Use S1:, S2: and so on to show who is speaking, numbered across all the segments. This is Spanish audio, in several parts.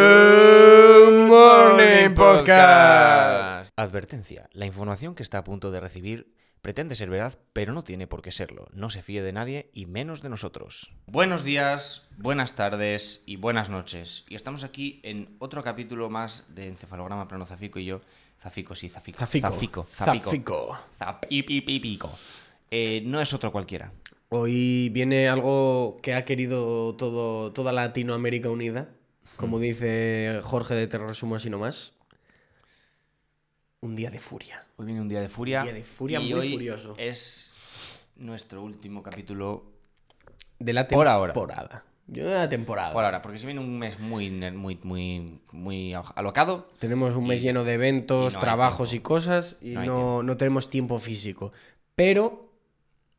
S1: Good Morning Podcast.
S2: Advertencia. La información que está a punto de recibir pretende ser verdad, pero no tiene por qué serlo. No se fíe de nadie y menos de nosotros. Buenos días, buenas tardes y buenas noches. Y estamos aquí en otro capítulo más de Encefalograma Plano Zafico y yo. Zafico, sí, Zafico.
S1: Zafico.
S2: Zafico. Zafico.
S1: Zafico.
S2: Zapipipipico. Eh, no es otro cualquiera.
S1: Hoy viene algo que ha querido todo, toda Latinoamérica unida.
S2: Mm.
S1: Como dice Jorge de Terror Sumo, así nomás. Un día de furia.
S2: Hoy viene un día de furia.
S1: Día de furia muy
S2: y hoy
S1: furioso.
S2: Es nuestro último capítulo
S1: De la
S2: Por ahora.
S1: temporada. Yo de la temporada.
S2: Por ahora, porque si viene un mes muy, ner- muy, muy, muy alocado,
S1: Tenemos un mes lleno de eventos,
S2: y no hay
S1: trabajos y
S2: tiempo.
S1: cosas y
S2: No hay
S1: no,
S2: tiempo.
S1: no tenemos tiempo físico. Pero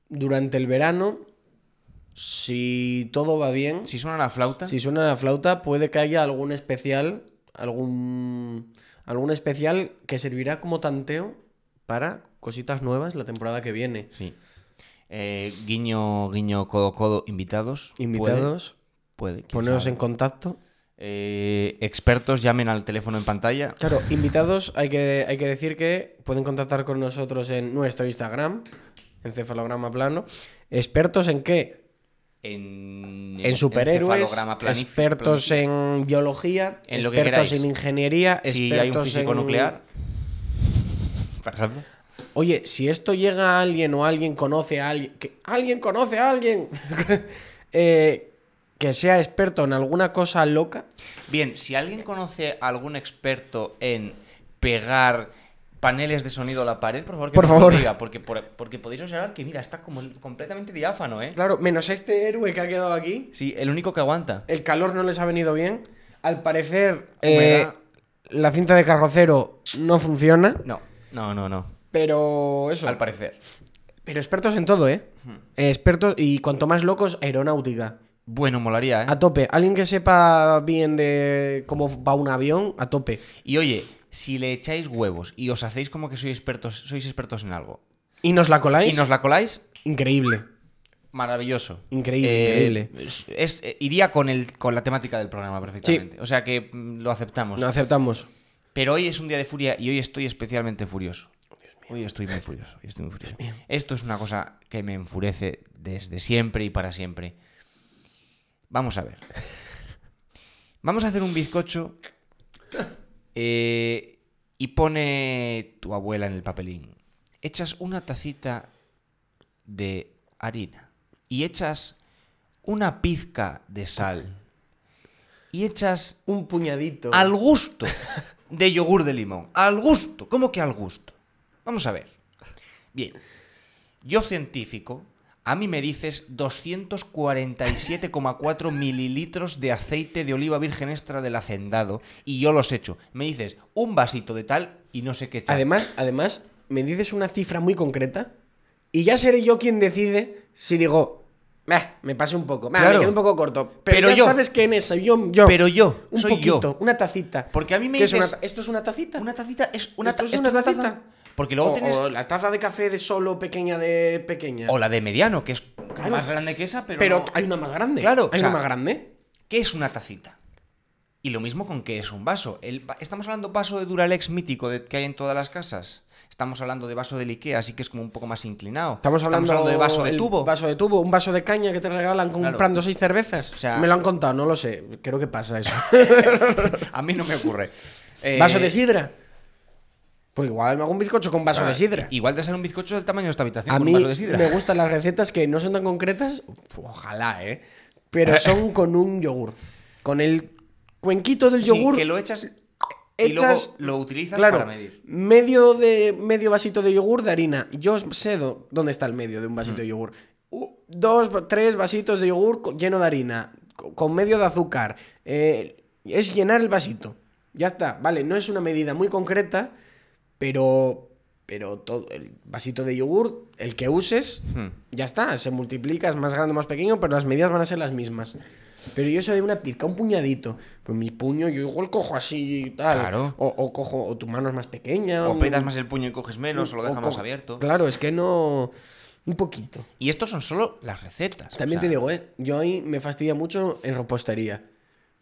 S1: durante el verano, si todo va bien,
S2: si suena la flauta,
S1: Si suena la flauta, puede que haya algún especial, algún, algún especial que servirá como tanteo para cositas nuevas la temporada que viene.
S2: sí. Eh, guiño, guiño, codo, codo, invitados.
S1: Invitados,
S2: Puede. puede, quién
S1: poneros
S2: sabe.
S1: en contacto.
S2: Eh, expertos llamen al teléfono en pantalla.
S1: Claro, invitados, hay que, hay que decir que pueden contactar con nosotros en nuestro Instagram, en Cefalograma Plano. ¿Expertos en qué?
S2: En,
S1: En superhéroes,
S2: encefalograma planif-
S1: expertos
S2: planif-
S1: en biología,
S2: En lo que
S1: expertos
S2: queráis.
S1: en ingeniería,
S2: Si hay un
S1: expertos
S2: físico
S1: en-
S2: nuclear, por ejemplo.
S1: Oye, si esto llega a alguien o alguien conoce a alguien, que alguien conoce a alguien, eh, que sea experto en alguna cosa loca,
S2: Bien, si alguien conoce a algún experto en pegar paneles de sonido a la pared, por favor que
S1: Por
S2: nos lo
S1: favor.
S2: diga, porque, por- porque podéis observar que, mira, está como completamente diáfano, ¿eh?
S1: claro, menos este héroe que ha quedado aquí,
S2: Sí, el único que aguanta.
S1: el calor no les ha venido bien, al parecer eh,
S2: Humedad.
S1: la cinta de carrocero no funciona,
S2: No, no, no, no.
S1: pero eso,
S2: Al parecer.
S1: pero expertos en todo, ¿eh? Expertos y cuanto más locos, aeronáutica.
S2: Bueno, molaría, ¿eh?
S1: A tope, alguien que sepa bien de cómo va un avión, a tope.
S2: Y oye, si le echáis huevos y os hacéis como que sois expertos, sois expertos en algo
S1: Y nos la coláis,
S2: y nos la coláis,
S1: increíble.
S2: maravilloso. Eh,
S1: Increíble, increíble.
S2: es- es- eh, iría con, el, con la temática del programa perfectamente. O sea que mm, lo aceptamos.
S1: No aceptamos.
S2: Pero hoy es un día de furia y hoy estoy especialmente furioso. Hoy estoy muy furioso. hoy estoy muy furioso. Esto es una cosa que me enfurece desde siempre y para siempre. Vamos a ver. Vamos a hacer un bizcocho eh, y pone tu abuela en el papelín. Echas una tacita de harina y echas una pizca de sal y echas
S1: Un puñadito.
S2: al gusto de yogur de limón. Al gusto. ¿Cómo que al gusto? Vamos a ver. Bien. Yo científico, a mí me dices 247,4 mililitros de aceite de oliva virgen extra del hacendado y yo los echo. Me dices un vasito de tal y no sé qué echar.
S1: Además, además, me dices una cifra muy concreta y ya seré yo quien decide si digo, "Meh, me pasé un poco, meh,
S2: Claro.
S1: me quedé un poco corto. Pero,
S2: Pero
S1: ya
S2: yo.
S1: sabes que en esa, yo, yo.
S2: Pero yo,
S1: un
S2: soy
S1: poquito,
S2: yo.
S1: una tacita.
S2: Porque a mí me
S1: ¿Qué es
S2: dices-
S1: una ta- ¿Esto es una tacita?
S2: Una tacita es una,
S1: ¿Esto
S2: ta-
S1: es
S2: esto
S1: una
S2: es una taza.
S1: tacita?
S2: Porque
S1: o,
S2: luego tienes...
S1: o la taza de café de solo pequeña de pequeña.
S2: O la de mediano, que es más grande que esa, pero...
S1: Pero
S2: no-
S1: hay una más grande.
S2: Claro,
S1: Hay
S2: o sea,
S1: una más grande.
S2: ¿Qué es una tacita? Y lo mismo con qué es un vaso. El va- estamos hablando vaso de Duralex mítico de- que hay en todas las casas. Estamos hablando de vaso del Ikea, así que es como un poco más inclinado.
S1: Estamos hablando,
S2: de vaso de
S1: el
S2: tubo.
S1: Vaso de tubo, un vaso de caña que te regalan comprando seis cervezas.
S2: sea-
S1: me lo han contado, no lo sé. Creo que pasa eso.
S2: A mí no me ocurre. Eh,
S1: ¿Vaso de sidra? Pues igual me hago un bizcocho con vaso de sidra.
S2: Igual te sale un bizcocho del tamaño de esta habitación
S1: a
S2: Ah, con
S1: mí
S2: un vaso de sidra.
S1: me gustan las recetas que no son tan concretas, uf, ojalá, ¿eh? Pero son con un yogur. Con el cuenquito del
S2: Sí,
S1: yogur,
S2: que lo echas y
S1: echas-
S2: luego lo utilizas
S1: claro,
S2: para medir.
S1: medio, de, medio vasito de yogur de harina. Yo sé do- dónde está el medio de un vasito
S2: Mm.
S1: de yogur. U- dos, tres vasitos de yogur co- lleno de harina, co- con medio de azúcar. Eh, es llenar el vasito. Ya está, vale, no es una medida muy concreta, pero, pero todo, el vasito de yogur, el que uses,
S2: Hmm.
S1: ya está, se multiplica, es más grande o más pequeño, pero las medidas van a ser las mismas. Pero yo soy de una pizca, un puñadito. Pues mi puño, yo igual cojo así y tal.
S2: Claro.
S1: O, o cojo, o tu mano es más pequeña.
S2: O
S1: un-
S2: aprietas más el puño y coges menos, o lo
S1: Um, o
S2: dejas más
S1: cojo-
S2: abierto.
S1: Claro, es que no. Un poquito.
S2: Y estos son solo las recetas. o
S1: También
S2: sea,
S1: te digo, eh, yo ahí me fastidia mucho en repostería.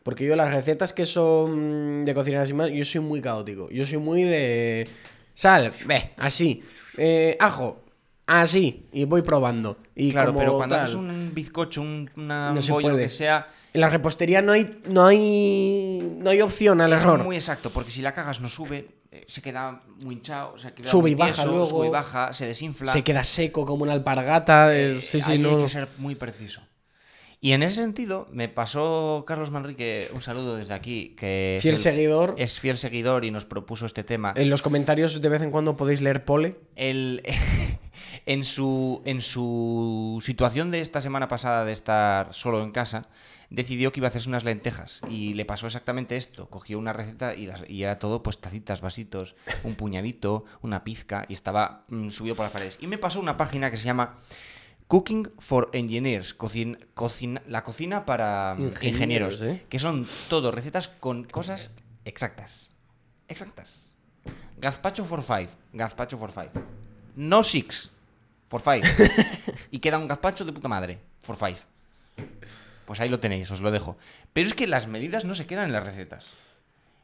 S1: Porque yo las recetas que son de cocinar así más, yo soy muy caótico. Yo soy muy de sal, ve, así. Eh, ajo, así. Y voy probando. Y
S2: claro,
S1: como
S2: pero cuando
S1: tal.
S2: haces un bizcocho, un una
S1: No se
S2: bollo, lo
S1: puede.
S2: que sea,
S1: En la repostería no hay, no hay, no hay opción al
S2: es
S1: error.
S2: muy exacto, porque si la cagas no sube, eh, se queda muy hinchado, se queda
S1: Sube
S2: muy
S1: y baja
S2: tieso,
S1: luego.
S2: sube y baja, se desinfla.
S1: Se queda seco como una alpargata. eh, sí, sí,
S2: Ahí
S1: no.
S2: hay que ser muy preciso. Y en ese sentido, me pasó Carlos Manrique, un saludo desde aquí, que es
S1: Fiel
S2: el-
S1: seguidor. Eh,
S2: es fiel seguidor y nos propuso este tema.
S1: En los comentarios de vez en cuando podéis leer pole.
S2: El- en, su, en su situación de esta semana pasada de estar solo en casa, decidió que iba a hacerse unas lentejas y le pasó exactamente esto. Cogió una receta y, las- y era todo pues tacitas, vasitos, un puñadito, una pizca y estaba mm, subido por las paredes. Y me pasó una página que se llama Cooking for Engineers, cocin- cocina- la cocina para mm,
S1: Ingenieros,
S2: ingenieros,
S1: ¿eh?
S2: que son todo recetas con cosas exactas. Exactas. Gazpacho for five. Gazpacho for five. No six. For five. y queda un gazpacho de puta madre. For five. Pues ahí lo tenéis, os lo dejo. Pero es que las medidas no se quedan en las recetas.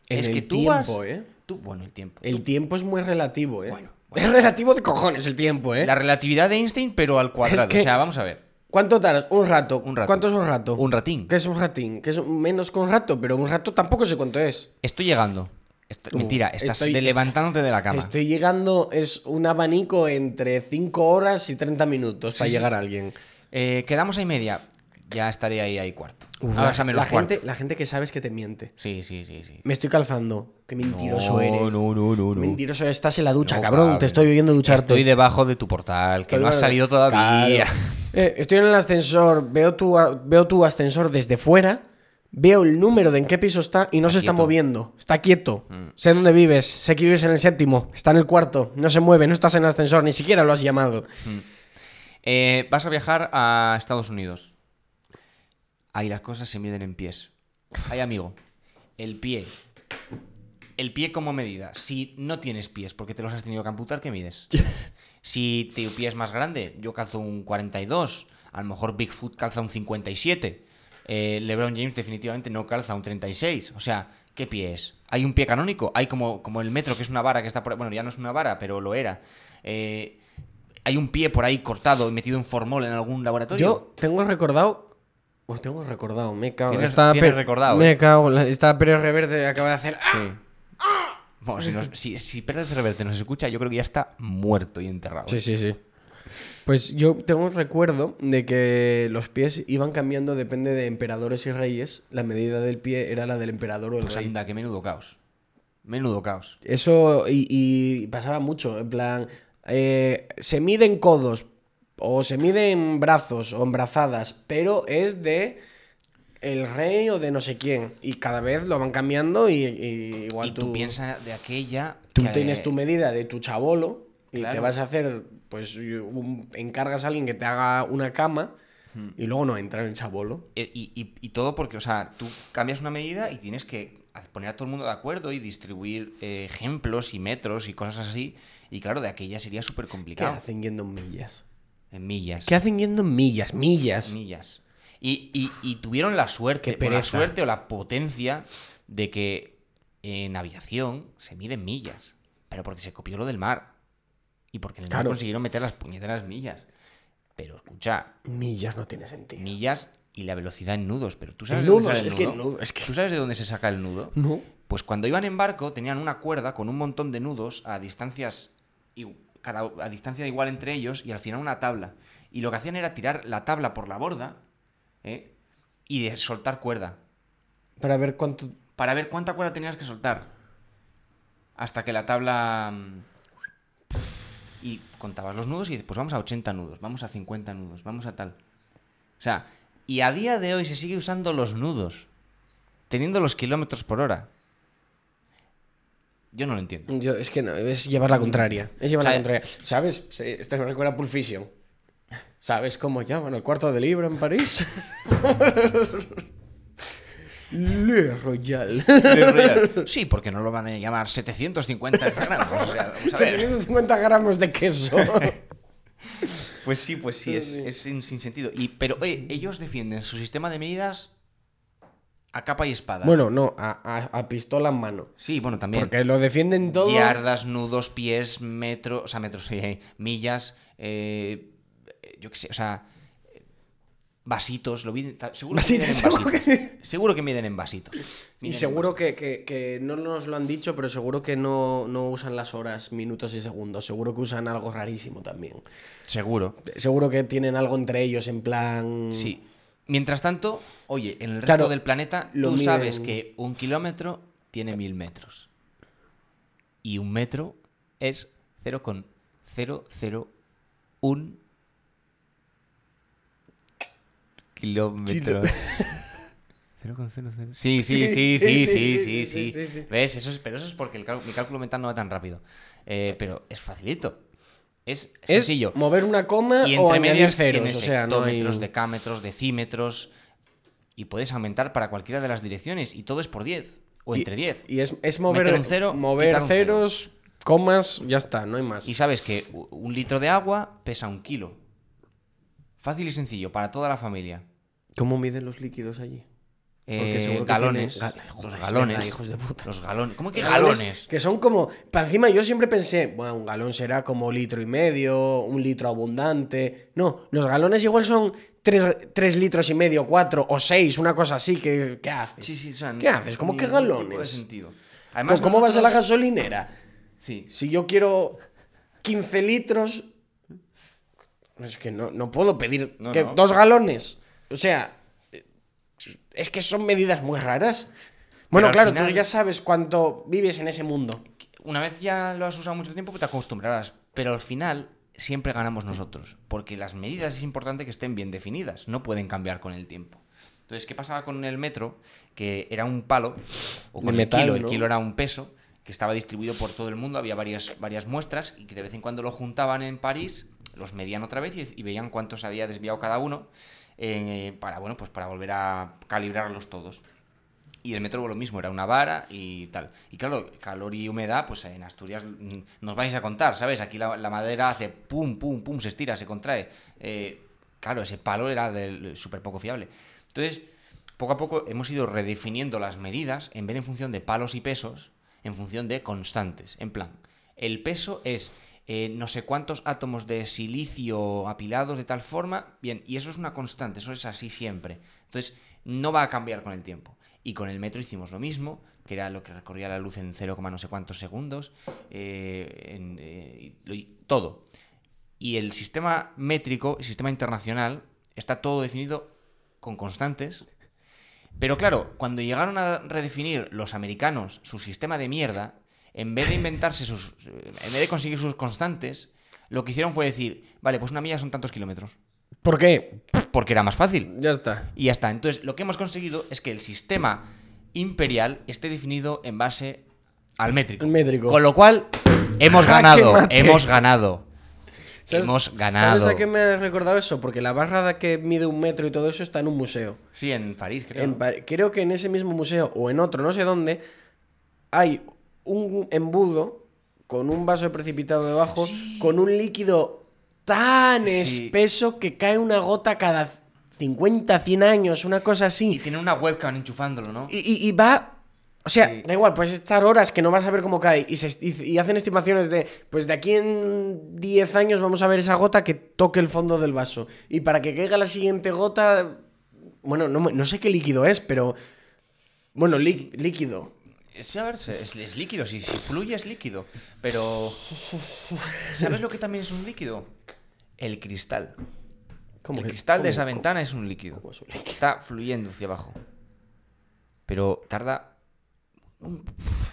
S1: En
S2: es
S1: el
S2: que tú
S1: tiempo,
S2: vas-
S1: ¿eh?
S2: Tú, bueno, el tiempo.
S1: El tiempo es muy relativo, ¿eh?
S2: Bueno,
S1: Es relativo de cojones el tiempo, ¿eh?
S2: La relatividad de Einstein, pero al cuadrado.
S1: que-
S2: O sea, vamos a ver.
S1: ¿Cuánto tardas? Un rato.
S2: Un rato.
S1: ¿Cuánto es un rato?
S2: Un ratín.
S1: ¿Qué es un ratín? Que es un- menos que un rato, pero un rato tampoco sé cuánto es.
S2: Estoy llegando. Est-
S1: Uh,
S2: mentira, estás
S1: estoy-
S2: de-
S1: est-
S2: levantándote de la cama.
S1: Estoy llegando, es un abanico entre 5 horas y 30 minutos para
S2: sí.
S1: llegar a alguien.
S2: Eh, quedamos ahí media. Ya estaré ahí, ahí cuarto.
S1: Uf,
S2: Ahora
S1: la-
S2: es a menos
S1: la,
S2: cuarto.
S1: gente, la gente que sabes que te miente.
S2: Sí, sí, sí, sí.
S1: Me estoy calzando. Qué mentiroso
S2: No,
S1: eres.
S2: no, no, no, no.
S1: Mentiroso, estás en la ducha,
S2: No,
S1: cabrón.
S2: cabrón.
S1: Te estoy oyendo ducharte.
S2: Estoy debajo de tu portal, que
S1: Estoy
S2: no has
S1: mal-
S2: salido todavía.
S1: Claro. Eh, estoy en el ascensor, veo tu, a- veo tu ascensor desde fuera, veo el número de en qué piso está y no se está
S2: quieto. Mm.
S1: moviendo. Está quieto. Sé dónde vives, sé que vives en el séptimo, está en el cuarto, no se mueve, no estás en el ascensor, ni siquiera lo has llamado.
S2: Eh, vas a viajar a Estados Unidos. Ahí las cosas se miden en pies. Ahí, amigo, el pie. El pie como medida. Si no tienes pies porque te los has tenido que amputar, ¿qué mides? Si tu pie es más grande, yo calzo un 42. A lo mejor Bigfoot calza un 57. eh, LeBron James definitivamente no calza un 36. O sea, ¿qué pie es? Hay un pie canónico. Hay como, como el metro, que es una vara que está por... Bueno, ya no es una vara, pero lo era. Eh, hay un pie por ahí cortado y metido en formol en algún laboratorio.
S1: Yo tengo recordado. Os tengo recordado, me cago.
S2: Tienes-
S1: esta
S2: tienes
S1: Pe-
S2: recordado,
S1: Me
S2: eh.
S1: cago. en la- Esta Pérez Reverte acaba de hacer. ¡Ah!
S2: Sí. Bueno, si, nos- si, si Pérez Reverte nos escucha, yo creo que ya está muerto y enterrado.
S1: Sí, sí, sí. Pues yo tengo un recuerdo de que los pies iban cambiando, depende de emperadores y reyes. La medida del pie era la del emperador o el
S2: Pues
S1: rey.
S2: anda, que menudo caos. Menudo caos.
S1: Eso, y, y pasaba mucho, en plan, eh, se mide en codos, o se mide en brazos, o en brazadas, pero es de el rey o de no sé quién. Y cada vez lo van cambiando y, y igual
S2: y tú, piensas de aquella.
S1: tú
S2: que-
S1: tienes tu medida de tu chabolo y te
S2: Claro.
S1: vas a hacer, pues un- encargas a alguien que te haga una cama
S2: Hmm.
S1: y luego no entra en el chabolo.
S2: Eh, Y, y- y todo porque, o sea, tú cambias una medida y tienes que haz- poner a todo el mundo de acuerdo y distribuir eh, ejemplos y metros y cosas así. Y claro, de aquella sería súper
S1: ¿Qué
S2: complicado.
S1: hacen yendo en millas?
S2: En millas.
S1: ¿Qué hacen yendo en millas? Millas.
S2: millas. Y, y- y tuvieron la suerte,
S1: Qué
S2: o la
S1: pereza.
S2: suerte o la potencia de que en aviación se miden millas, pero porque se copió lo del mar y porque en el mar
S1: Claro.
S2: consiguieron meter las puñeteras millas. Pero escucha,
S1: Millas no tiene sentido.
S2: millas y la velocidad en nudos, pero tú sabes
S1: En
S2: de dónde
S1: nudos,
S2: sale el
S1: es que
S2: nudo?
S1: nudo, es que-
S2: ¿Tú sabes de dónde se saca el nudo?
S1: No.
S2: Pues cuando iban en barco tenían una cuerda con un montón de nudos a distancias igu- cada, a distancia igual entre ellos y al final una tabla. Y lo que hacían era tirar la tabla por la borda ¿eh? y de soltar cuerda
S1: Para ver cuánto.
S2: para ver cuánta cuerda tenías que soltar hasta que la tabla mm, y contabas los nudos y dices, pues vamos a 80 nudos, vamos a 50 nudos, vamos a tal. O sea, y a día de hoy se sigue usando los nudos, teniendo los kilómetros por hora. Yo no lo entiendo.
S1: Yo, es que no, es llevar la contraria. Es llevar la
S2: O sea,
S1: contraria. ¿Sabes? Sí, Esto me recuerda a Pulp Fiction. ¿Sabes cómo llaman el cuarto de libro en París? Le Royal.
S2: Sí, porque no lo van a llamar 750 gramos. pues, o sea, vamos a ver.
S1: 750 gramos de queso.
S2: Pues sí, pues eh, sí, es, es sin, sin sentido. Y, pero oye, ellos defienden su sistema de medidas a capa y espada.
S1: Bueno, no, a, a- a pistola en mano.
S2: Sí, bueno, también.
S1: Porque lo defienden todo.
S2: Yardas, nudos, pies, metros, o sea, metros, eh, millas, eh, yo qué sé, o sea, eh, vasitos, lo vi, ta- seguro,
S1: Vasitos,
S2: que miden en
S1: seguro
S2: vasitos. Seguro que miden en vasitos.
S1: Y
S2: Miden en
S1: seguro que, que- que no nos lo han dicho, pero seguro que no, no usan las horas, minutos y segundos. Seguro que usan algo rarísimo también.
S2: vasitos. Seguro.
S1: Seguro que tienen algo entre ellos en plan.
S2: Sí. Mientras tanto, oye, en el resto
S1: Claro,
S2: del planeta
S1: lo
S2: tú sabes
S1: miden-
S2: que un kilómetro tiene mil metros. Y un metro es 0,001 kilómetro. 0,00. Sí, sí, sí, sí, sí, sí, sí,
S1: sí, sí.
S2: ¿Ves? Eso es, pero eso es porque el cal- mi cálculo mental no va tan rápido. Eh, pero es facilito. Es
S1: Es
S2: sencillo.
S1: mover una coma
S2: Y
S1: o añadir
S2: entre medias
S1: ceros.
S2: tienes
S1: O sea, no hay...
S2: hectómetros, decámetros, decímetros. Y puedes aumentar para cualquiera de las direcciones. Y todo es por 10. O
S1: Y-
S2: entre 10. Y,
S1: Y es, es mover,
S2: Meter un cero,
S1: mover
S2: quitar un cero.
S1: ceros, comas, ya está, no hay más.
S2: sabes que u- un litro de agua pesa un kilo. Fácil y sencillo, para toda la familia.
S1: ¿Cómo miden los líquidos allí? Porque
S2: Eh,
S1: seguro que
S2: galones.
S1: tiene- ga-
S2: los
S1: Joder, es
S2: galones.
S1: verdad, hijos de puta.
S2: Los galones. ¿Cómo que galones?
S1: Que son como. Para encima yo siempre pensé, bueno, un galón será como litro y medio, un litro abundante. No, los galones igual son tres, tres litros y medio, cuatro o seis, una cosa así. ¿Qué, qué haces?
S2: Sí, sí, o sea,
S1: ¿Qué haces? ¿Cómo
S2: ni-
S1: que
S2: ni tipo de
S1: galones?
S2: sentido.
S1: ¿Cómo,
S2: Además,
S1: cómo vas a la
S2: nosotros-
S1: gasolinera?
S2: Sí,
S1: Si yo quiero 15 litros. Es que no, no puedo pedir
S2: No,
S1: que-
S2: no.
S1: dos galones. O sea, eh, es que son medidas muy raras. Bueno,
S2: al
S1: claro,
S2: final-
S1: tú ya sabes cuánto vives en ese mundo.
S2: una vez ya lo has usado mucho tiempo, pues te acostumbrarás. Pero al final siempre ganamos nosotros, porque las medidas es importante que estén bien definidas, no pueden cambiar con el tiempo. Entonces, ¿qué pasaba con el metro? Que era un palo, o
S1: De
S2: con
S1: metal,
S2: el kilo,
S1: ¿no?
S2: el kilo era un peso, que estaba distribuido por todo el mundo, había varias, varias muestras, y que de vez en cuando lo juntaban en París, los medían otra vez y, y veían cuánto se había desviado cada uno, eh, para, bueno, pues para volver a calibrarlos todos. Y el metro lo mismo, era una vara y tal. Y claro, calor y humedad, pues en Asturias mm, nos vais a contar, ¿sabes? Aquí la, la madera hace pum, pum, pum, se estira, se contrae. Eh, claro, ese palo era del- súper poco fiable. Entonces, poco a poco hemos ido redefiniendo las medidas, en vez de en función de palos y pesos, en función de constantes. En plan, el peso es eh, no sé cuántos átomos de silicio apilados de tal forma. Bien, y eso es una constante, eso es así siempre. Entonces, no va a cambiar con el tiempo. Y con el metro hicimos lo mismo, que era lo que recorría la luz en 0, no sé cuántos segundos, eh, en, eh, y lo- y todo. Y el sistema métrico, el sistema internacional, está todo definido con constantes. Pero claro, cuando llegaron a redefinir los americanos su sistema de mierda, en vez de inventarse sus. en vez de conseguir sus constantes, lo que hicieron fue decir, vale, pues una milla son tantos kilómetros.
S1: ¿Por qué?
S2: Porque era más fácil.
S1: Ya está.
S2: Y ya está. Entonces, lo que hemos conseguido es que el sistema imperial esté definido en base al métrico.
S1: Al métrico.
S2: Con lo cual, hemos
S1: Jaque
S2: ganado.
S1: mate.
S2: Hemos ganado. Hemos ganado.
S1: ¿Sabes a qué me has recordado eso? Porque la barrada que mide un metro y todo eso está en un museo.
S2: Sí, en París, creo.
S1: En Par- creo que en ese mismo museo o en otro, no sé dónde, hay un embudo con un vaso de precipitado debajo, con un líquido tan
S2: Sí.
S1: espeso que cae una gota cada 50, 100 años, una cosa
S2: Y
S1: así.
S2: tienen una webcam enchufándolo, ¿no?
S1: Y, y- y va... O sea,
S2: Sí.
S1: da igual, puedes estar horas que no vas a ver cómo cae y, se est- y- y hacen estimaciones de, pues de aquí en 10 años vamos a ver esa gota que toque el fondo del vaso. Y para que caiga la siguiente gota, bueno, no, me- no sé qué líquido es, pero... Bueno, lí- líquido.
S2: Sí, a ver, se- es, es líquido, si, si fluye es líquido. Pero. ¿Sabes lo que también es un líquido? El cristal. el
S1: que-
S2: cristal
S1: cómo-
S2: de esa
S1: cómo-
S2: ventana es un líquido.
S1: cómo es un
S2: Está fluyendo hacia abajo. Pero tarda. un- uf,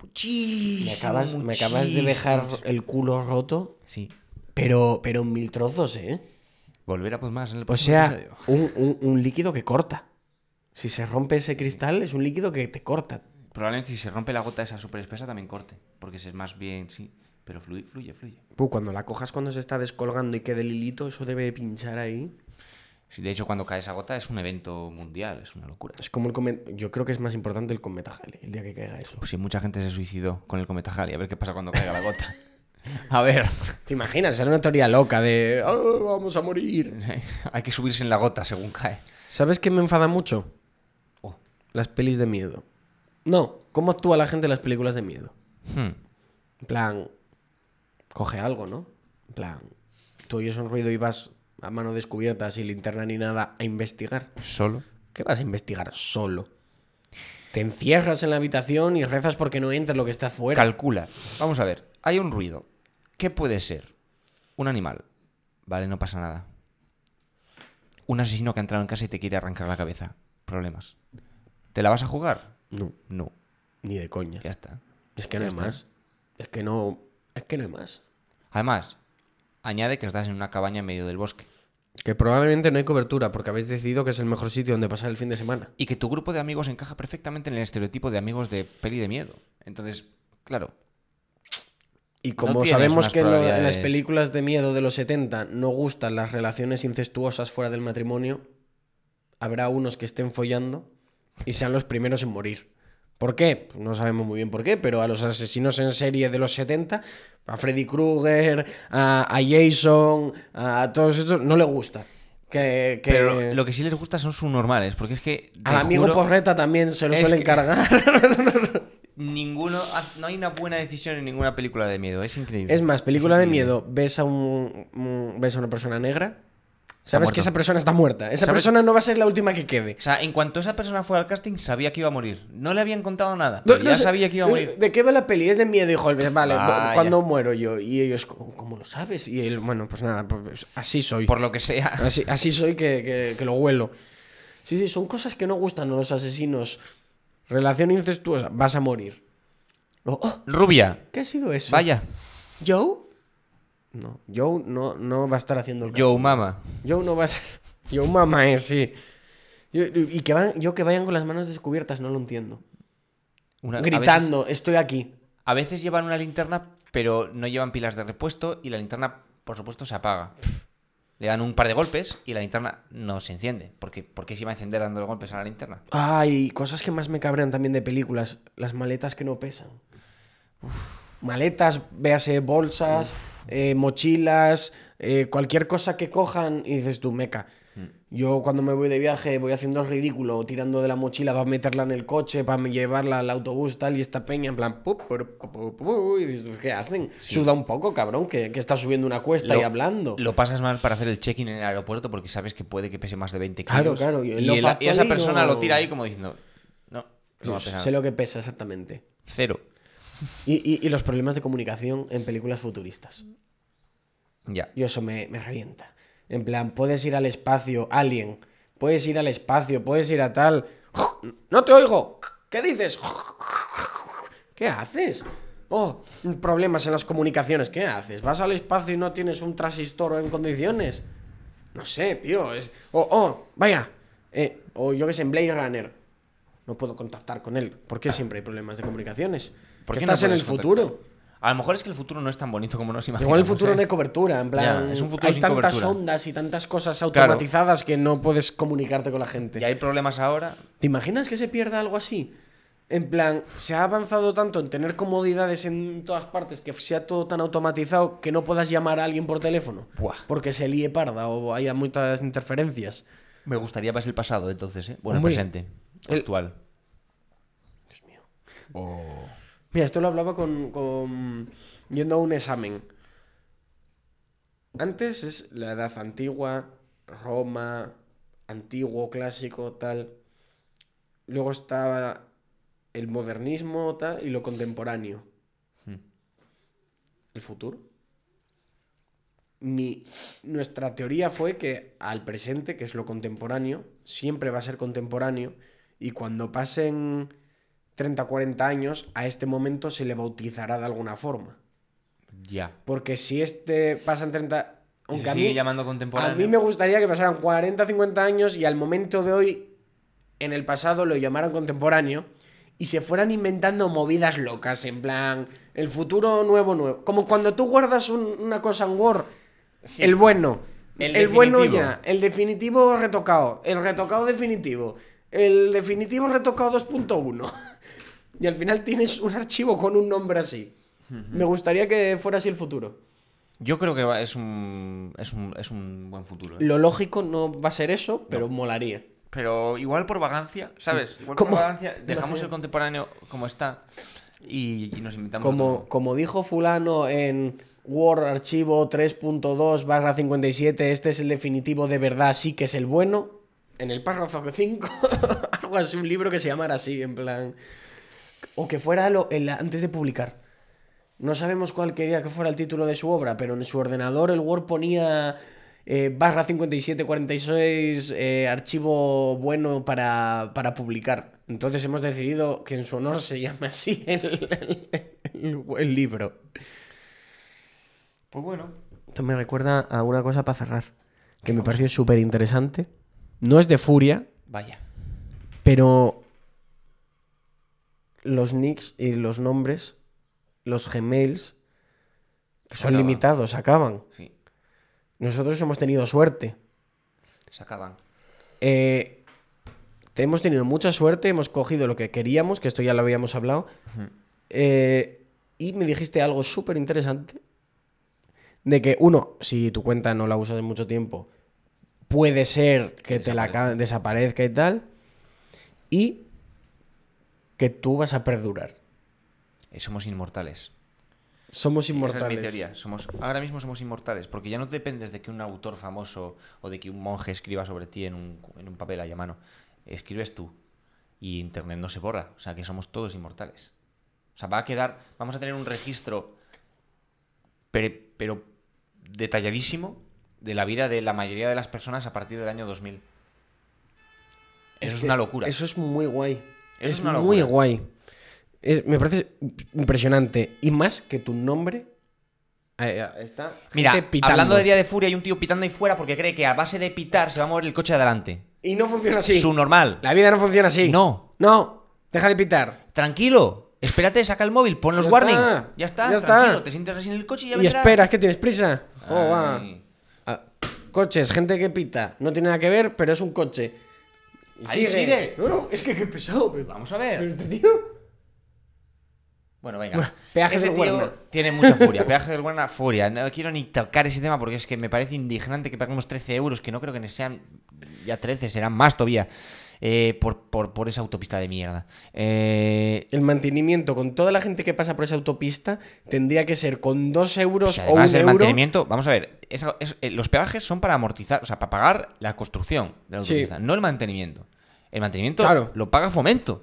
S2: Muchísimo.
S1: Me acabas, me acabas de dejar
S2: muchísimo.
S1: el culo roto,
S2: Sí.
S1: pero, pero en mil trozos, ¿eh?
S2: Volverá pues más en el
S1: O
S2: próximo
S1: sea,
S2: episodio.
S1: un, un- un líquido que corta. Si se rompe ese cristal, es un líquido que te corta.
S2: Probablemente si se rompe la gota esa súper espesa también corte. Porque es más bien, sí. Pero fluye, fluye, fluye.
S1: Puh, cuando la cojas cuando se está descolgando y quede el hilito, eso debe pinchar ahí.
S2: Sí, de hecho, cuando cae esa gota es un evento mundial, es una locura.
S1: Es como el comen- Yo creo que es más importante el cometa Halley, el día que caiga eso.
S2: Pues sí, mucha gente se suicidó con el cometa Halley. A ver qué pasa cuando caiga la gota. A ver.
S1: ¿Te imaginas? Era una teoría loca de. "Ah, vamos a morir.
S2: Hay que subirse en la gota según cae.
S1: ¿Sabes qué me enfada mucho?
S2: Oh.
S1: las pelis de miedo. No, ¿cómo actúa la gente en las películas de miedo?
S2: Hmm.
S1: En plan, coge algo, ¿no? En plan, tú oyes un ruido y vas a mano descubierta, sin linterna ni nada, a investigar.
S2: Solo.
S1: ¿Qué vas a investigar solo? Te encierras en la habitación y rezas porque no entres lo que está afuera.
S2: Calcula. Vamos a ver. Hay un ruido. ¿Qué puede ser? Un animal. Vale, no pasa nada. Un asesino que ha entrado en casa y te quiere arrancar la cabeza. Problemas. ¿Te la vas a jugar?
S1: no,
S2: No.
S1: ni de coña.
S2: Ya está.
S1: Es que no
S2: Ya
S1: hay
S2: está.
S1: más. Es que no. Es que no hay más.
S2: Además, añade que estás en una cabaña en medio del bosque.
S1: Que probablemente no hay cobertura porque habéis decidido que es el mejor sitio donde pasar el fin de semana.
S2: Y que tu grupo de amigos encaja perfectamente en el estereotipo de amigos de peli de miedo. Entonces, claro.
S1: Y como
S2: tienes
S1: sabemos
S2: unas
S1: que en, lo- en las
S2: probabilidades.
S1: películas de miedo de los 70 no gustan las relaciones incestuosas fuera del matrimonio, habrá unos que estén follando y sean los primeros en morir. ¿Por qué? Pues No sabemos muy bien por qué, pero a los asesinos en serie de los 70, a Freddy Krueger, a, a Jason, a todos estos, no le gusta. Que, que
S2: Pero lo que sí les gusta son sus normales, porque es que... te
S1: al amigo
S2: juro,
S1: Porreta también se lo
S2: Es
S1: suelen
S2: que-
S1: cargar.
S2: Ninguno... haz- No hay una buena decisión en ninguna película de miedo. Es increíble.
S1: Es más, película de
S2: increíble.
S1: miedo, ves a un, un- ves a una persona negra, sabes que
S2: muerto.
S1: esa persona está muerta. Esa
S2: ¿Sabes?
S1: persona no va a ser la última que quede.
S2: O sea, en cuanto esa persona fue al casting, sabía que iba a morir. No le habían contado nada. Pero
S1: No- no
S2: ya
S1: sé- eh,
S2: sabía que iba a morir.
S1: ¿De qué va la peli? Es de miedo, hijo. Vale,
S2: Vaya.
S1: ¿cuándo muero yo? Y ellos, "¿Cómo- ¿cómo lo sabes? Y él, bueno, pues nada, pues así soy.
S2: Por lo que sea.
S1: Así, así soy que, que- que lo huelo. Sí, sí, son cosas que no gustan a los asesinos. Relación incestuosa, vas a morir. Luego, "Oh,
S2: Rubia.
S1: ¿Qué ha sido eso?
S2: Vaya.
S1: ¿Joe? No, Joe no, no va a estar haciendo el
S2: Yo, mama.
S1: Yo no vas. Yo mamá es, sí. Yo, y que van, yo que vayan con las manos descubiertas, no lo entiendo.
S2: Una- a veces-
S1: Gritando, estoy aquí.
S2: A veces, llevan una linterna, pero no llevan pilas de repuesto y la linterna, por supuesto, se apaga. Le dan un par de golpes y la linterna no se enciende. Porque, ¿Por qué se iba a encender dando golpes a la linterna?
S1: Ay, cosas que más me cabrean también de películas. Las maletas que no pesan. Maletas, véase bolsas, eh, mochilas, eh, cualquier cosa que cojan y dices tú, meca.
S2: Mm.
S1: Yo cuando me voy de viaje voy haciendo el ridículo, tirando de la mochila para meterla en el coche, para llevarla al autobús, tal, y esta peña en plan... pu, puru, pu, pu, pu, y dices, "¿Pues ¿qué hacen? Suda un poco, cabrón, que, que estás subiendo una cuesta y hablando.
S2: Lo pasas mal para hacer el check-in en el aeropuerto porque sabes que puede que pese más de 20 kilos.
S1: Claro, claro, y
S2: Y,
S1: lo
S2: el- y esa
S1: factory
S2: persona
S1: no-
S2: lo tira ahí como diciendo, no, no va a pesar.
S1: Pues sé lo que pesa exactamente.
S2: Cero.
S1: Y, y- y los problemas de comunicación en películas futuristas.
S2: Ya.
S1: Yo eso me, me revienta. En plan, puedes ir al espacio, alien. Puedes ir al espacio, puedes ir a tal. ¡No te oigo! ¿Qué dices? ¿Qué haces? Oh, problemas en las comunicaciones. ¿Qué haces? ¿Vas al espacio y no tienes un transistor en condiciones? No sé, tío. Es... Oh, oh, vaya. Eh, o yo que sé, en Blade Runner. No puedo contactar con él. ¿Por qué siempre hay problemas de comunicaciones?
S2: ¿Por
S1: Porque
S2: qué no
S1: estás en el
S2: puedes
S1: futuro.
S2: A lo mejor es que el futuro no es tan bonito como nos imaginamos.
S1: Igual el futuro
S2: ¿eh?
S1: no hay cobertura, en plan.
S2: Ya, es un futuro
S1: hay
S2: sin
S1: tantas
S2: cobertura.
S1: ondas y tantas cosas
S2: Claro.
S1: automatizadas que no puedes comunicarte con la gente.
S2: Y hay problemas ahora.
S1: ¿Te imaginas que se pierda algo así? En plan, se ha avanzado tanto en tener comodidades en todas partes que sea todo tan automatizado que no puedas llamar a alguien por teléfono.
S2: Buah.
S1: Porque se líe parda o haya muchas interferencias.
S2: Me gustaría ver el pasado entonces, ¿eh? Bueno,
S1: Hombre.
S2: el presente.
S1: El-
S2: Actual.
S1: Mira, esto lo hablaba con, con- yendo a un examen. Antes es la edad antigua, Roma, antiguo, clásico, tal. Luego estaba el modernismo tal, y lo contemporáneo.
S2: Hmm.
S1: ¿El futuro? Mi, nuestra teoría fue que al presente, que es lo contemporáneo, siempre va a ser contemporáneo y cuando pasen 30, 40 años, a este momento se le bautizará de alguna forma.
S2: Ya.
S1: Porque si este pasan 30...
S2: Y
S1: Aunque
S2: se
S1: a
S2: sigue
S1: mí,
S2: llamando
S1: a
S2: contemporáneo.
S1: mí me gustaría que pasaran 40, 50 años y al momento de hoy, en el pasado, lo llamaran contemporáneo y se fueran inventando movidas locas, en plan, el futuro nuevo, nuevo. Como cuando tú guardas un- una cosa en Word,
S2: Sí.
S1: el bueno, el,
S2: El
S1: bueno
S2: definitivo.
S1: ya, el definitivo retocado, el retocado definitivo, el definitivo retocado 2.1. Y al final tienes un archivo con un nombre así. Me gustaría que fuera así el futuro.
S2: Yo creo que va- es un, es un, es un buen futuro. ¿eh?
S1: Lo lógico no va a ser eso, pero molaría.
S2: pero igual por vagancia, ¿sabes? Igual
S1: ¿Cómo?
S2: por vagancia, dejamos
S1: Imagínate.
S2: el contemporáneo como está y, y nos inventamos.
S1: Como,
S2: otro.
S1: como dijo fulano en Word archivo 3.2 barra 57, este es el definitivo de verdad, sí que es el bueno. En el párrafo 5, algo así, un libro que se llamara así, en plan... O que fuera lo, el- antes de publicar. No sabemos cuál quería que fuera el título de su obra, pero en su ordenador el Word ponía eh, barra 5746 eh, archivo bueno para, para publicar. Entonces hemos decidido que en su honor se llame así el, el- el libro.
S2: Pues bueno,
S1: Esto me recuerda a una cosa para cerrar, que me pareció súper interesante. No es de furia,
S2: vaya.
S1: pero los nicks y los nombres, los gmails, son
S2: Acaban.
S1: limitados, acaban.
S2: Sí,
S1: Nosotros hemos tenido suerte.
S2: se acaban.
S1: Eh, te- hemos tenido mucha suerte, hemos cogido lo que queríamos, que esto ya lo habíamos hablado. Eh, y me dijiste algo súper interesante. De que, uno, si tu cuenta no la usas en mucho tiempo, puede ser que,
S2: Que
S1: te la
S2: desaparezca.
S1: aca- desaparezca y tal. Y que tú vas a perdurar.
S2: Eh, Somos inmortales.
S1: Somos
S2: Esa es
S1: inmortales.
S2: mi teoría. Somos, ahora mismo somos inmortales, porque ya no dependes de que un autor famoso o de que un monje escriba sobre ti en un, en un papel ahí a mano. Escribes tú. Y Internet no se borra. O sea que somos todos inmortales. O sea, va a quedar. Vamos a tener un registro, pre- pero detalladísimo, de la vida de la mayoría de las personas a partir del año 2000. Eso es,
S1: que
S2: una locura.
S1: Eso es muy guay.
S2: Eso
S1: es
S2: es una
S1: muy
S2: locura.
S1: guay. Es- me parece impresionante. Y más que tu nombre. eh, eh, está
S2: Mira,
S1: gente pitando.
S2: hablando de Día de Furia, hay un tío pitando ahí fuera porque cree que a base de pitar se va a mover el coche de adelante.
S1: Y no funciona así.
S2: Su normal.
S1: La vida no funciona así.
S2: No.
S1: No. Deja de pitar.
S2: Tranquilo, espérate, saca el móvil, pon los
S1: Ya
S2: warnings.
S1: está,
S2: Ya está,
S1: ya
S2: tranquilo,
S1: está.
S2: te sientas así en el coche y ya
S1: Y
S2: vendrá.
S1: esperas que tienes prisa. Jo, va.
S2: Ay.
S1: Ah, Coches, gente que pita. No tiene nada que ver, pero es un coche. Y
S2: Ahí sigue.
S1: No, no, es que qué pesado. Pero,
S2: Vamos a ver.
S1: pero este tío.
S2: Bueno, venga.
S1: Bueno, peajes
S2: Ese
S1: del
S2: tío
S1: Huerna.
S2: tiene mucha furia. Peaje del Huerna, furia. No quiero ni tocar ese tema porque es que me parece indignante que paguemos 13 euros, que no creo que sean ya 13, serán más todavía, eh, por, por- por esa autopista de mierda. Eh,
S1: El mantenimiento con toda la gente que pasa por esa autopista tendría que ser con dos euros
S2: Pues
S1: o un
S2: además el
S1: euro.
S2: mantenimiento, vamos a ver, esa- es- eh, los peajes son para amortizar, o sea, para pagar la construcción de la
S1: Sí.
S2: autopista, no el mantenimiento. El mantenimiento
S1: Claro.
S2: lo paga Fomento.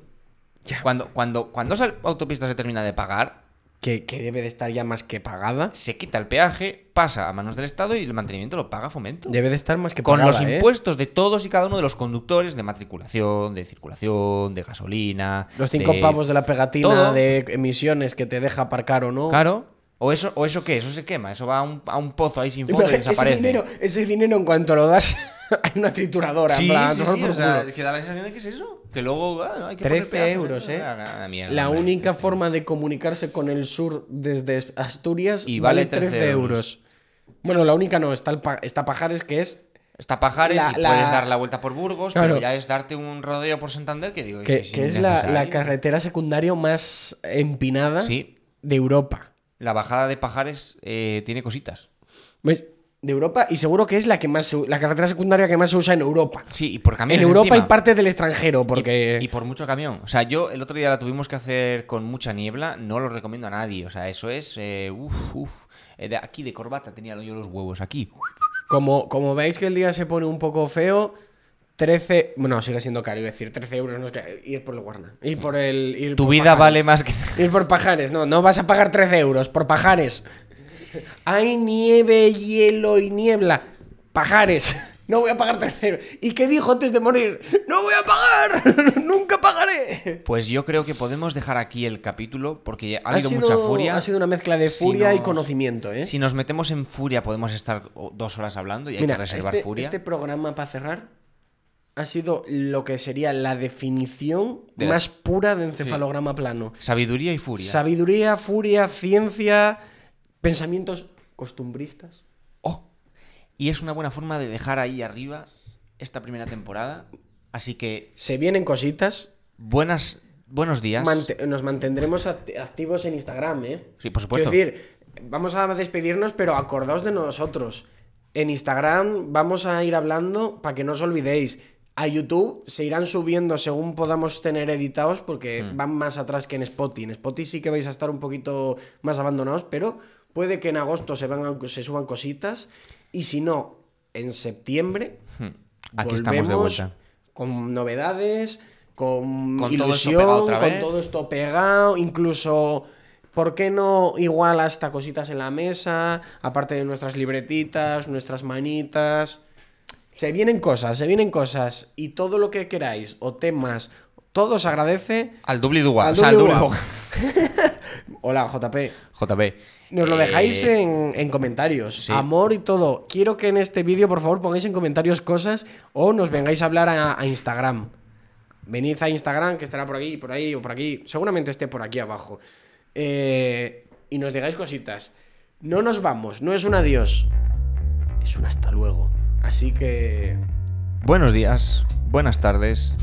S1: Ya.
S2: Cuando, cuando, cuando esa autopista se termina de pagar,
S1: que, que debe de estar ya más que pagada.
S2: se quita el peaje, pasa a manos del Estado y el mantenimiento lo paga Fomento.
S1: Debe de estar más que
S2: Con
S1: pagada.
S2: los
S1: ¿eh?
S2: impuestos de todos y cada uno de los conductores, de matriculación, de circulación, de gasolina.
S1: Los cinco
S2: de-
S1: pavos de la pegatina
S2: todo.
S1: de emisiones que te deja aparcar o no.
S2: Claro. ¿O eso, ¿O eso qué? Eso se quema. Eso va a un, a un pozo ahí sin fondo y
S1: Imagínate,
S2: desaparece.
S1: Ese dinero, ese dinero en cuanto lo das hay una trituradora. en
S2: Sí,
S1: plan, a
S2: sí,
S1: tomar
S2: sí,
S1: por
S2: o sea,
S1: culo.
S2: que da la sensación de que es eso. Que luego ah, no, hay que
S1: 13
S2: poner peajes,
S1: euros,
S2: ah,
S1: ¿eh?
S2: ah, ah, mierda,
S1: la
S2: hombre,
S1: única
S2: 13.
S1: forma de comunicarse con el sur desde Asturias
S2: Y
S1: vale
S2: vale
S1: 13
S2: 13
S1: euros. Bueno, la única no, está, el pa- está Pajares que es
S2: Está Pajares
S1: La-
S2: y
S1: la-
S2: puedes dar la vuelta por Burgos,
S1: Claro.
S2: pero ya es darte un rodeo por Santander que digo
S1: que,
S2: es
S1: que es la, la
S2: innecesario.
S1: carretera secundaria más empinada
S2: Sí.
S1: de Europa.
S2: La bajada de Pajares eh, tiene cositas.
S1: ¿Ves? De Europa y seguro que es la que más se u- la carretera secundaria que más se usa en Europa.
S2: Sí, y por
S1: En
S2: camiones
S1: Europa
S2: encima.
S1: y parte del extranjero, porque
S2: Y por mucho camión. O sea, yo el otro día la tuvimos que hacer con mucha niebla. No lo recomiendo a nadie. O sea, eso es. eh, uf, uf. Eh, de aquí de corbata tenía yo los huevos. Aquí.
S1: como, como veis que el día se pone un poco feo, 13. Bueno, sigue siendo caro, iba a decir 13 euros, no es que ir por el Guarna. Ir por el. ir
S2: Tu
S1: por
S2: vida
S1: Pajares.
S2: vale más que.
S1: Ir por pajares, no, no vas a pagar 13 euros por pajares. Hay nieve, hielo y niebla. Pajares. No voy a pagar 13 euros. ¿Y qué dijo antes de morir? ¡No voy a pagar! ¡Nunca pagaré!
S2: Pues yo creo que podemos dejar aquí el capítulo porque ha,
S1: Ha
S2: habido
S1: sido-
S2: mucha furia.
S1: Ha sido una mezcla de
S2: Si
S1: furia y
S2: nos-
S1: conocimiento, ¿eh?
S2: Si nos metemos en furia podemos estar o- dos horas hablando y hay que reservar
S1: este,
S2: furia.
S1: este programa para cerrar ha sido lo que sería la definición
S2: De la-
S1: más pura de encefalograma plano.
S2: Sabiduría y furia.
S1: Sabiduría, furia, ciencia, pensamientos costumbristas.
S2: Oh, Y es una buena forma de dejar ahí arriba esta primera temporada. Así que
S1: Se vienen cositas.
S2: buenas, buenos días.
S1: Mante- nos mantendremos act- activos en Instagram, ¿eh?
S2: Sí, por supuesto.
S1: Quiero decir, vamos a despedirnos, pero acordaos de nosotros. En Instagram vamos a ir hablando para que no os olvidéis. a YouTube se irán subiendo según podamos tener editados porque
S2: Mm.
S1: van más atrás que en Spotify. En Spotify sí que vais a estar un poquito más abandonados, pero puede que en agosto se, vengan, se suban cositas y si no, en septiembre
S2: Hmm. Aquí estamos de
S1: volvemos
S2: vuelta.
S1: Con novedades, con,
S2: Con todo esto
S1: ilusión,
S2: pegado otra
S1: con
S2: vez.
S1: todo esto pegado, incluso. ¿Por qué no igual hasta cositas en la mesa? Aparte de nuestras libretitas, nuestras manitas. Se vienen cosas, se vienen cosas. Y todo lo que queráis, o temas, todo se agradece.
S2: Al dubli dua.
S1: Al
S2: O sea, al
S1: dubli
S2: dubli
S1: dua. Hola, JP.
S2: JB.
S1: Nos lo
S2: Eh,
S1: dejáis en, en comentarios.
S2: sí.
S1: Amor y todo. Quiero que en este vídeo, por favor, pongáis en comentarios cosas o nos vengáis a hablar a, a Instagram. Venid a Instagram, que estará por aquí, por ahí o por aquí. Seguramente esté por aquí abajo. Eh, y nos digáis cositas. No nos vamos, no es un adiós. Es un hasta luego. Así que...
S2: Buenos días, buenas tardes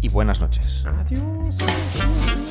S2: y buenas noches.
S1: adiós. adiós.